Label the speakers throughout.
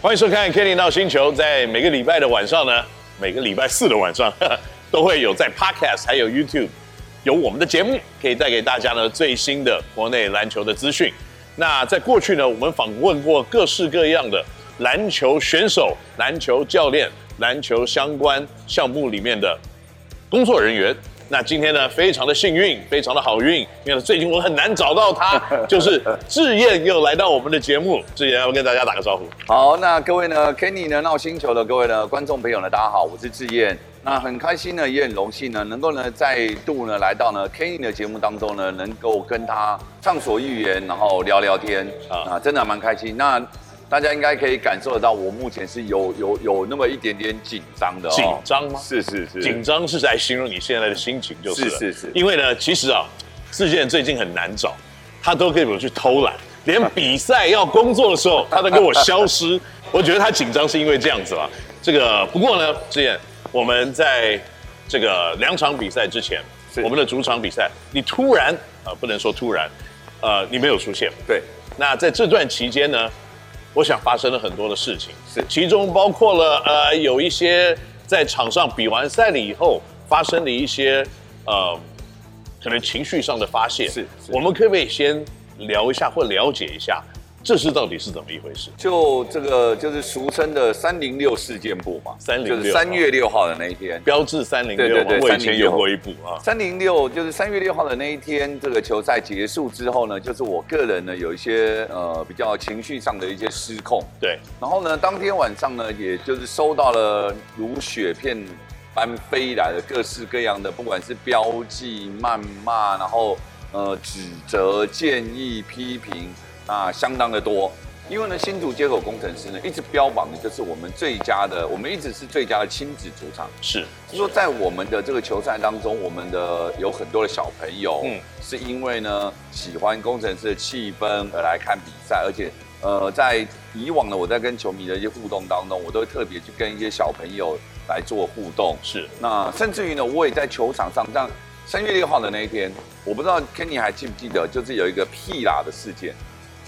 Speaker 1: 欢迎收看《Kenny 闹星球》。在每个礼拜的晚上呢，每个礼拜四的晚上 呵呵都会有在 Podcast 还有 YouTube 有我们的节目，可以带给大家呢最新的国内篮球的资讯。那在过去呢，我们访问过各式各样的篮球选手、篮球教练、篮球相关项目里面的工作人员。那今天呢，非常的幸运，非常的好运，因为最近我很难找到他， 就是志燕又来到我们的节目。志燕，要不跟大家打个招呼。
Speaker 2: 好，那各位呢，Kenny 呢，闹星球的各位呢，观众朋友呢，大家好，我是志燕。那很开心呢，也很荣幸呢，能够呢再度呢来到呢 Kenny 的节目当中呢，能够跟他畅所欲言，然后聊聊天
Speaker 1: 啊
Speaker 2: 啊，真的还蛮开心。那大家应该可以感受得到，我目前是有有有那么一点点紧张的哦。
Speaker 1: 紧张吗
Speaker 2: 是是是。
Speaker 1: 紧张是来形容你现在的心情，就是了
Speaker 2: 是是是
Speaker 1: 因为呢，其实啊，志健最近很难找，他都跟我去偷懒，连比赛要工作的时候，他都跟我消失。我觉得他紧张是因为这样 子啦。啊这个不过呢，志健，我们在这个两场比赛之前，
Speaker 2: 是
Speaker 1: 我们的主场比赛，你突然啊、呃不能说突然，呃，你没有出现。
Speaker 2: 对，
Speaker 1: 那在这段期间呢，我想发生了很多的事情，
Speaker 2: 是
Speaker 1: 其中包括了呃有一些在场上比完赛了以后发生的一些呃可能情绪上的发泄。
Speaker 2: 是是
Speaker 1: 我们可不可以先聊一下或了解一下这是到底是怎么一回事？
Speaker 2: 就这个就是俗称的三零六事件簿嘛，
Speaker 1: 306
Speaker 2: 就是三月六号的那一天。
Speaker 1: 标志三零
Speaker 2: 对
Speaker 1: 六
Speaker 2: 对
Speaker 1: 嘛
Speaker 2: 对，
Speaker 1: 我以前
Speaker 2: 306
Speaker 1: 有过一部啊，
Speaker 2: 三零六就是三月六号的那一天，这个球赛结束之后呢，就是我个人呢有一些呃比较情绪上的一些失控，
Speaker 1: 对，
Speaker 2: 然后呢，当天晚上呢，也就是收到了如雪片般飞来的各式各样的，不管是标记、谩骂，然后呃指责、建议、批评啊，相当的多。因为呢，新竹接口工程师呢，一直标榜的就是我们最佳的，我们一直是最佳的亲子主场。
Speaker 1: 是
Speaker 2: 就说在我们的这个球赛当中，我们的有很多的小朋友，
Speaker 1: 嗯
Speaker 2: 是因为呢喜欢工程师的气氛而来看比赛，而且呃，在以往呢，我在跟球迷的一些互动当中，我都会特别去跟一些小朋友来做互动。
Speaker 1: 是
Speaker 2: 那甚至于呢，我也在球场上，像三月六号的那一天，我不知道 Kenny 还记不记得，就是有一个屁啦的事件，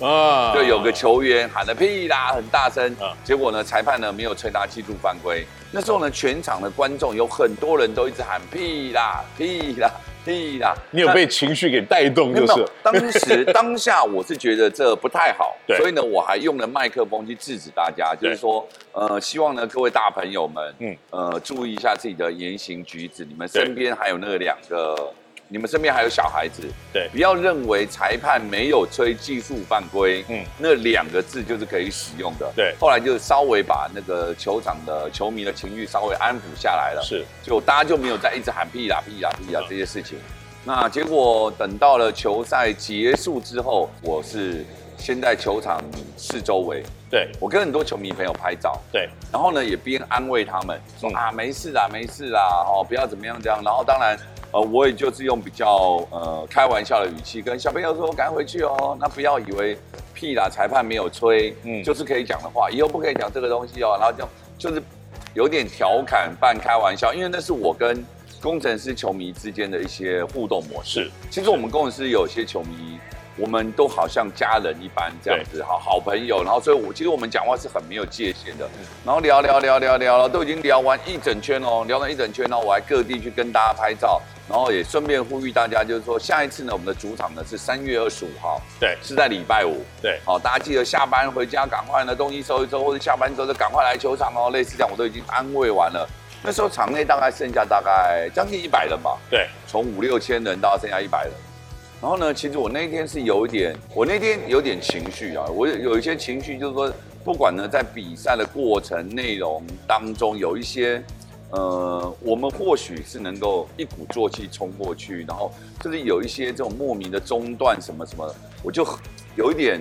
Speaker 1: 啊
Speaker 2: 就有个球员喊了屁啦，很大声
Speaker 1: 啊，
Speaker 2: 结果呢，裁判呢没有吹他技术犯规。那时候呢，全场的观众有很多人都一直喊屁啦、屁啦、屁啦。
Speaker 1: 你有被情绪给带动，
Speaker 2: 那
Speaker 1: 就
Speaker 2: 没
Speaker 1: 是
Speaker 2: 有？当 时当下我是觉得这不太好
Speaker 1: 对，
Speaker 2: 所以呢，我还用了麦克风去制止大家，就
Speaker 1: 对
Speaker 2: 是说，呃，希望呢各位大朋友们，
Speaker 1: 嗯
Speaker 2: 嗯，呃，注意一下自己的言行举止。你们
Speaker 1: 对
Speaker 2: 身边还有那两个，你们身边还有小孩子，
Speaker 1: 对
Speaker 2: 不要认为裁判没有吹技术犯规，
Speaker 1: 嗯
Speaker 2: 嗯，那两个字就是可以使用的。
Speaker 1: 对
Speaker 2: 后来就稍微把那个球场的球迷的情绪稍微安抚下来了，
Speaker 1: 是
Speaker 2: 就大家就没有再一直喊屁啦屁啦屁啦
Speaker 1: 嗯
Speaker 2: 这些事情。那结果等到了球赛结束之后，我是先在球场四周围，
Speaker 1: 对
Speaker 2: 我跟很多球迷朋友拍照，
Speaker 1: 对
Speaker 2: 然后呢也边安慰他们说、
Speaker 1: 嗯
Speaker 2: 啊没事啦没事啦哦不要怎么样这样，然后当然呃我也就是用比较呃开玩笑的语气跟小朋友说赶快回去哦，那不要以为屁啦裁判没有吹，
Speaker 1: 嗯
Speaker 2: 嗯就是可以讲的话，以后不可以讲这个东西哦，然后就就是有点调侃半开玩笑，因为那是我跟工程师球迷之间的一些互动模式。
Speaker 1: 是
Speaker 2: 其实我们工程师有些球迷，我们都好像家人一般这样子，好好朋友。然后，所以我其实我们讲话是很没有界限的。然后聊聊聊聊聊了，都已经聊完一整圈哦，聊完一整圈哦，我还各地去跟大家拍照，然后也顺便呼吁大家，就是说下一次呢，我们的主场呢是三月二十五号，
Speaker 1: 对
Speaker 2: 是在礼拜五。
Speaker 1: 对
Speaker 2: 好、大家记得下班回家赶快呢，东西收一收，或者下班之后就赶快来球场哦。类似这样，我都已经安慰完了。那时候场内大概剩下大概将近一百人吧，
Speaker 1: 对
Speaker 2: 从五六千人到剩下一百人。然后呢，其实我那一天是有一点，我那天有点情绪啊，我有有一些情绪，就是说，不管呢在比赛的过程内容当中，有一些，呃，我们或许是能够一鼓作气冲过去，然后就是有一些这种莫名的中断什么什么，我就有一点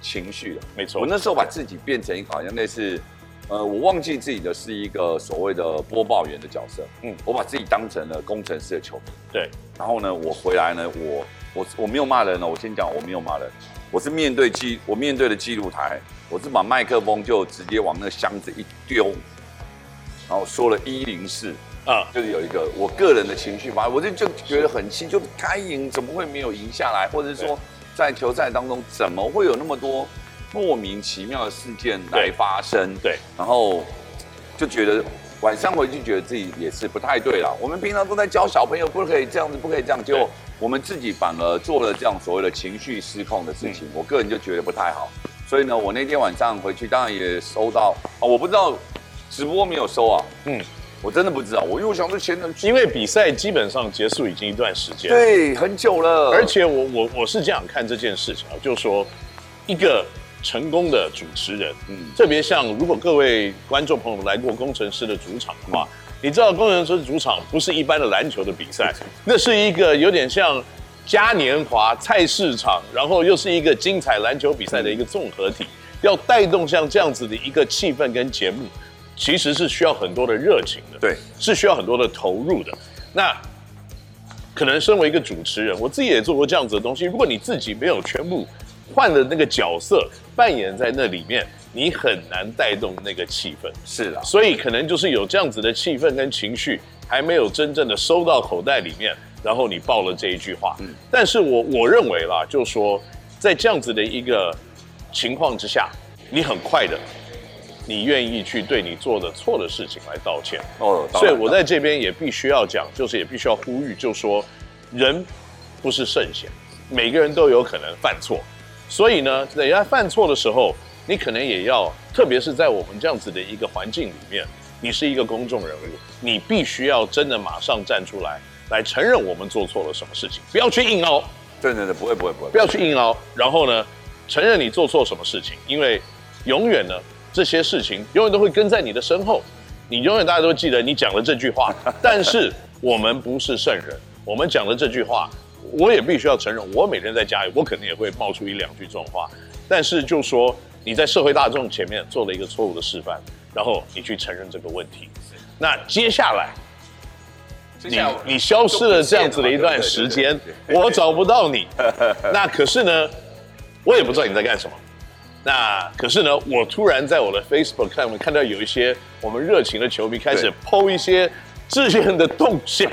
Speaker 2: 情绪了。
Speaker 1: 没错
Speaker 2: 我那时候把自己变成一个好像类似，呃，我忘记自己的是一个所谓的播报员的角色，
Speaker 1: 嗯
Speaker 2: 嗯，我把自己当成了工程师的球迷。
Speaker 1: 对
Speaker 2: 然后呢，我回来呢，我我我没有骂人哦，我先讲我没有骂人，我是面对记，我面对的记录台，我是把麦克风就直接往那个箱子一丢，然后说了一零四，
Speaker 1: 啊
Speaker 2: 就是有一个我个人的情绪吧，我就就觉得很气，就该赢怎么会没有赢下来，或者
Speaker 1: 对
Speaker 2: 说在球赛当中怎么会有那么多莫名其妙的事件来发生，
Speaker 1: 对，
Speaker 2: 然后就觉得晚上回去觉得自己也是不太对了。我们平常都在教小朋友不可以这样子，不可以这样，结果我们自己反而做了这样所谓的情绪失控的事情，
Speaker 1: 嗯
Speaker 2: 我个人就觉得不太好。所以呢，我那天晚上回去，当然也收到啊、我不知道直播没有收啊，
Speaker 1: 嗯，
Speaker 2: 我真的不知道，我因为我想说前人
Speaker 1: 因为比赛基本上结束已经一段时间了，
Speaker 2: 对很久了，
Speaker 1: 而且我我我是这样看这件事情啊，就是说，一个成功的主持人，嗯
Speaker 2: 嗯，
Speaker 1: 特别像如果各位观众朋友来过工程师的主场的话，
Speaker 2: 嗯
Speaker 1: 你知道工程师主场不是一般的篮球的比赛，那是一个有点像嘉年华菜市场，然后又是一个精彩篮球比赛的一个综合体，
Speaker 2: 嗯
Speaker 1: 要带动像这样子的一个气氛跟节目，其实是需要很多的热情的，
Speaker 2: 对
Speaker 1: 是需要很多的投入的。那可能身为一个主持人，我自己也做过这样子的东西。如果你自己没有全部换的那个角色扮演在那里面，你很难带动那个气氛。
Speaker 2: 是啦，
Speaker 1: 所以可能就是有这样子的气氛跟情绪，还没有真正的收到口袋里面，然后你爆了这一句话。但是我我认为啦，就说在这样子的一个情况之下，你很快的，你愿意去对你做的错的事情来道歉。
Speaker 2: 哦，当
Speaker 1: 所以
Speaker 2: 然
Speaker 1: 我在这边也必须要讲，就是也必须要呼吁，就说人不是圣贤，每个人都有可能犯错，所以呢，人家犯错的时候，你可能也要，特别是在我们这样子的一个环境里面，你是一个公众人物，你必须要真的马上站出来，来承认我们做错了什么事情，不要去硬凹，
Speaker 2: 对对对，不会不会不会
Speaker 1: 不，要去硬凹，然后呢，承认你做错什么事情，因为永远呢，这些事情永远都会跟在你的身后，你永远大家都记得你讲了这句话。但是我们不是圣人，我们讲了这句话，我也必须要承认，我每天在家里，我肯定也会冒出一两句这种话。但是就说你在社会大众前面做了一个错误的示范，然后你去承认这个问题，那接下来你你消失了这样子的一段时间，我找不到你。那可是呢，我也不知道你在干什么。那可是呢，我突然在我的 Facebook 看，我看到有一些我们热情的球迷开始
Speaker 2: 对
Speaker 1: PO 一些志愿的动向，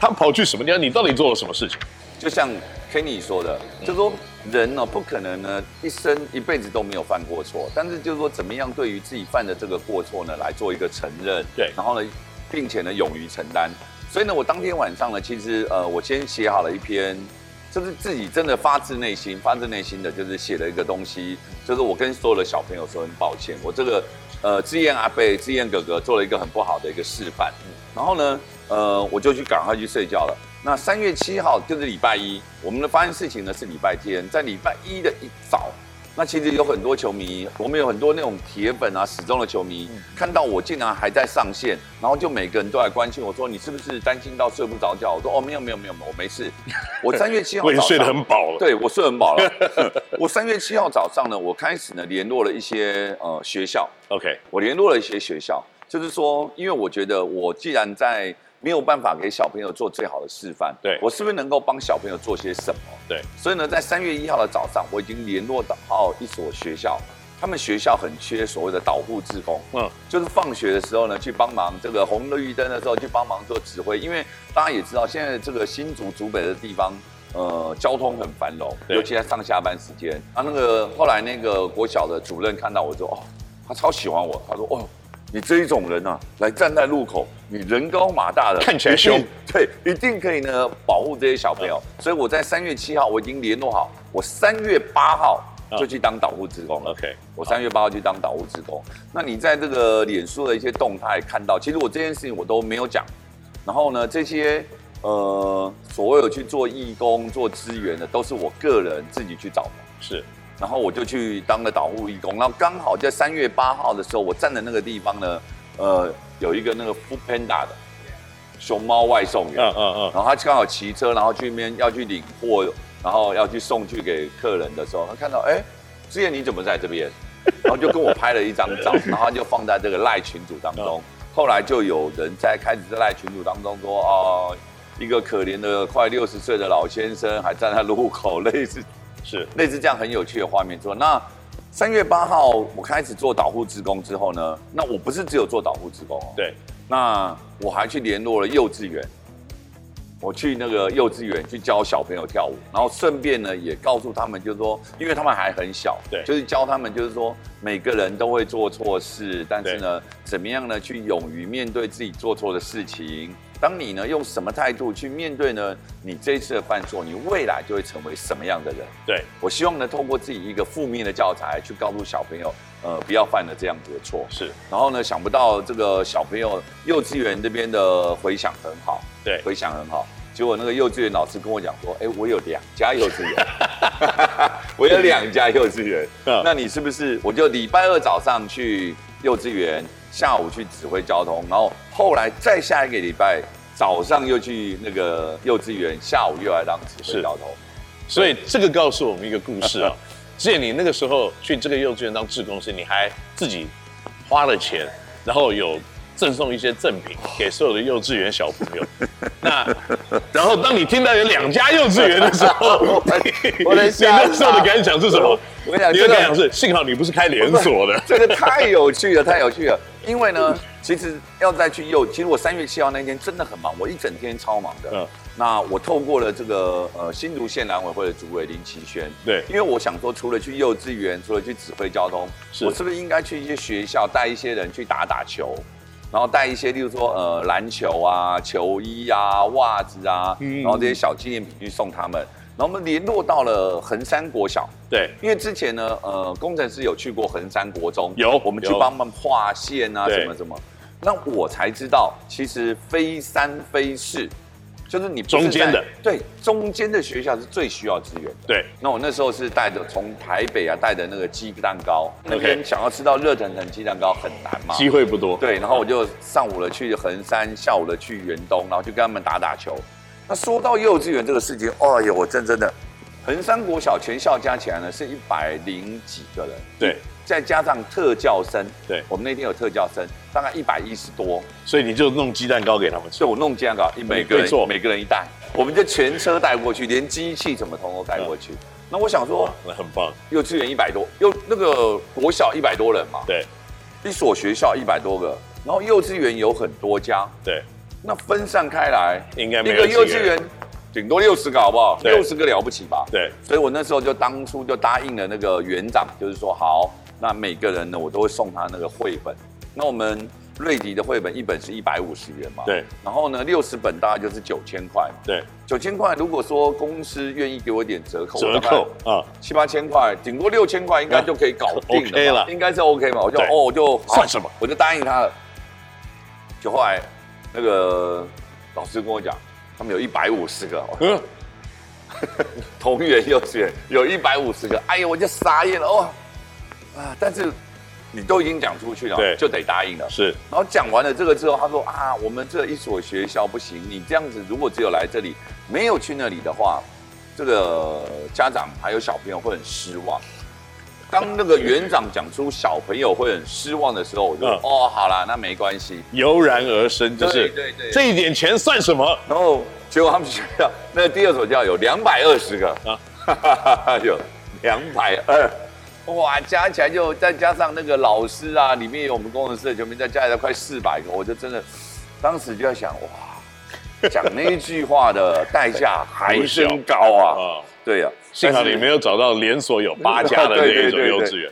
Speaker 1: 他跑去什么地方？你到底做了什么事情？
Speaker 2: 就像 Kenny 说的，就说人呢、哦不可能呢一生一辈子都没有犯过错，但是就是说怎么样对于自己犯的这个过错呢来做一个承认，
Speaker 1: 对
Speaker 2: 然后呢，并且呢勇于承担。所以呢，我当天晚上呢，其实呃，我先写好了一篇，就是自己真的发自内心、发自内心的，就是写了一个东西，就是我跟所有的小朋友说很抱歉，我这个呃志燕阿贝、志燕哥哥做了一个很不好的一个示范。然后呢，呃，我就去赶快去睡觉了。那三月七号就是礼拜一，我们的发生事情呢是礼拜天，在礼拜一的一早，那其实有很多球迷，我们有很多那种铁粉啊，始终的球迷，
Speaker 1: 嗯
Speaker 2: 看到我竟然还在上线，然后就每个人都来关心我说你是不是担心到睡不着觉？我说哦没有没有没有，我没事。我三月七 号
Speaker 1: 我已
Speaker 2: 早
Speaker 1: 经
Speaker 2: 上
Speaker 1: 睡得很饱了。
Speaker 2: 对，我睡很饱了。 我三月七号早上呢，我开始呢联络了一些呃学校，
Speaker 1: ，OK，
Speaker 2: 我联络了一些学校，就是说，因为我觉得我既然在没有办法给小朋友做最好的示范，
Speaker 1: 对
Speaker 2: 我是不是能够帮小朋友做些什么？
Speaker 1: 对，
Speaker 2: 所以呢，在三月一号的早上，我已经联络到一所学校，他们学校很缺所谓的导护志工，
Speaker 1: 嗯，
Speaker 2: 就是放学的时候呢，去帮忙这个红绿灯的时候去帮忙做指挥，因为大家也知道，现在这个新竹竹北的地方。呃，交通很繁荣，
Speaker 1: 对
Speaker 2: 尤其在上下班时间。啊，那个后来那个国小的主任看到我就哦，他超喜欢我，他说哦，你这一种人啊，来站在路口，你人高马大的，
Speaker 1: 看起来凶啊
Speaker 2: 一定 对，一定可以呢保护这些小朋友。所以我在三月七号我已经联络好，我三月八号
Speaker 1: 啊
Speaker 2: 就去当导护职工了。
Speaker 1: OK
Speaker 2: 我三月八号去当导护职工。那你在这个脸书的一些动态看到，其实我这件事情我都没有讲。然后呢，这些呃所谓有去做义工、做资源的，都是我个人自己去找的。
Speaker 1: 是
Speaker 2: 然后我就去当了导护义工，然后刚好在三月八号的时候，我站的那个地方呢，呃，有一个那个 Food Panda 的熊猫外送员，
Speaker 1: 嗯嗯嗯，
Speaker 2: 然后他刚好骑车，然后去那边要去领货，然后要去送去给客人的时候，他看到哎，志燕你怎么在这边？ 然后就跟我拍了一张照，然后他就放在这个赖群组当中。后来就有人在开始在赖群组当中说哦，一个可怜的快六十岁的老先生还站在路口，类似
Speaker 1: 是
Speaker 2: 类似这样很有趣的画面之后，那三月八号我开始做导护职工之后呢，那我不是只有做导护职工哦，，
Speaker 1: 对
Speaker 2: 那我还去联络了幼稚园，我去那个幼稚园去教小朋友跳舞，然后顺便呢也告诉他们，就是说，因为他们还很小，
Speaker 1: 对
Speaker 2: 就是教他们，就是说每个人都会做错事，但是
Speaker 1: 对
Speaker 2: 呢，怎么样呢去勇于面对自己做错的事情。当你呢用什么态度去面对呢？你这一次的犯错，你未来就会成为什么样的人？
Speaker 1: 对，
Speaker 2: 我希望呢，透过自己一个负面的教材去告诉小朋友，呃，不要犯了这样子的错。
Speaker 1: 是，
Speaker 2: 然后呢，想不到这个小朋友幼稚园这边的回响很好，
Speaker 1: 对
Speaker 2: 回响很好。结果那个幼稚园老师跟我讲说，哎，我有两家幼稚园， 我有两家幼稚园
Speaker 1: 嗯。
Speaker 2: 那你是不是我就礼拜二早上去幼稚园，下午去指挥交通，然后后来再下一个礼拜早上又去那个幼稚园，下午又来当指
Speaker 1: 是
Speaker 2: 挥交通。
Speaker 1: 所以这个告诉我们一个故事啊、之前你那个时候去这个幼稚园当志工时，你还自己花了钱，然后有赠送一些赠品给所有的幼稚园小朋友。那然后当你听到有两家幼稚园的时候，你
Speaker 2: 我
Speaker 1: 你
Speaker 2: 的吓
Speaker 1: 那时候的感想是什么？
Speaker 2: 我跟你讲
Speaker 1: 你
Speaker 2: 真的
Speaker 1: 感想是幸好你不是开连锁 的。
Speaker 2: 这个太有趣了，太有趣了。因为呢，其实要再去幼，其实我三月七号那天真的很忙，我一整天超忙的。
Speaker 1: 嗯
Speaker 2: 那我透过了这个呃新竹县南委会的主委林奇轩，
Speaker 1: 对
Speaker 2: 因为我想说，除了去幼稚园，除了去指挥交通，
Speaker 1: 是
Speaker 2: 我是不是应该去一些学校带一些人去打打球？然后带一些，例如说，呃，篮球啊、球衣啊、袜子啊，
Speaker 1: 嗯
Speaker 2: 然后这些小纪念品去送他们。然后我们联络到了横山国小，
Speaker 1: 对，
Speaker 2: 因为之前呢，呃，工程师有去过衡山国中，
Speaker 1: 有
Speaker 2: 我们去
Speaker 1: 有
Speaker 2: 帮忙画线啊，
Speaker 1: 对
Speaker 2: 什么什么。那我才知道，其实非三非四，就是你不是
Speaker 1: 中间
Speaker 2: 在
Speaker 1: 的，
Speaker 2: 对中间的学校是最需要资源的。
Speaker 1: 对，
Speaker 2: 那我那时候是带着从台北啊带着那个鸡蛋糕，那
Speaker 1: OK
Speaker 2: 边想要吃到热腾腾鸡蛋糕很难嘛，
Speaker 1: 机会不多。
Speaker 2: 对，然后我就上午了去衡山，下午了去园东，然后去跟他们打打球。那说到幼稚园这个事情，哎呦，我真真的，衡山国小全校加起来呢是一百零几个人，
Speaker 1: 对，
Speaker 2: 再加上特教生，
Speaker 1: 对
Speaker 2: 我们那天有特教生，大概一百一十多，
Speaker 1: 所以你就弄鸡蛋糕给他们吃
Speaker 2: 所以。我弄这样搞，一每个
Speaker 1: 对
Speaker 2: 人
Speaker 1: 做
Speaker 2: 每个人一袋，我们就全车带过去，连机器什么通通带过去。
Speaker 1: 嗯
Speaker 2: 那我想说
Speaker 1: 哇，，那很棒。
Speaker 2: 幼稚园一百多，幼那个国小一百多人嘛，
Speaker 1: 对
Speaker 2: 一所学校一百多个，然后幼稚园有很多家，
Speaker 1: 对，
Speaker 2: 那分散开来，
Speaker 1: 应该没
Speaker 2: 一
Speaker 1: 有
Speaker 2: 个
Speaker 1: 几
Speaker 2: 幼
Speaker 1: 个
Speaker 2: 稚
Speaker 1: 人
Speaker 2: 园顶多六十个好不好？
Speaker 1: 对
Speaker 2: 六十个了不起吧？
Speaker 1: 对
Speaker 2: 所以我那时候就当初就答应了那个园长，就是说好，那每个人呢，我都会送他那个绘本。那我们瑞迪的绘本一本是一百五十元嘛？
Speaker 1: 对。
Speaker 2: 然后呢，六十本大概就是九千块嘛。
Speaker 1: 对，
Speaker 2: 九千块，如果说公司愿意给我一点折扣，
Speaker 1: 折扣啊，
Speaker 2: 七八千块，顶多六千块应该就可以搞定了吧、
Speaker 1: OK 了
Speaker 2: 应该是 OK 嘛。我就
Speaker 1: 对
Speaker 2: 哦，我就好
Speaker 1: 算什么
Speaker 2: 我就答应他了。就后来那个老师跟我讲，他们有一百五十个 哦
Speaker 1: 嗯，
Speaker 2: 同源幼稚园有一百五十个，哎呀，我就傻眼了哦啊！但是你都已经讲出去
Speaker 1: 对
Speaker 2: 了，就得答应了。
Speaker 1: 是
Speaker 2: 然后讲完了这个之后，他说啊，我们这一所学校不行，你这样子如果只有来这里，没有去那里的话，这个家长还有小朋友会很失望。当那个园长讲出小朋友会很失望的时候，我就、
Speaker 1: 嗯
Speaker 2: 哦，好啦，那没关系。
Speaker 1: 油然而生，就是
Speaker 2: 对对对
Speaker 1: 这一点钱算什么？
Speaker 2: 然后结果他们学校那个第二所校有两百二十个
Speaker 1: 啊
Speaker 2: 啊，有两百二，哇，加起来就再加上那个老师啊，里面有我们工程师的球迷，再加起来快四百个，我就真的当时就在想，哇，讲那一句话的代价还真高啊，
Speaker 1: 啊，
Speaker 2: 对呀、啊，
Speaker 1: 幸好你没有找到连锁有八家的那一种幼稚园，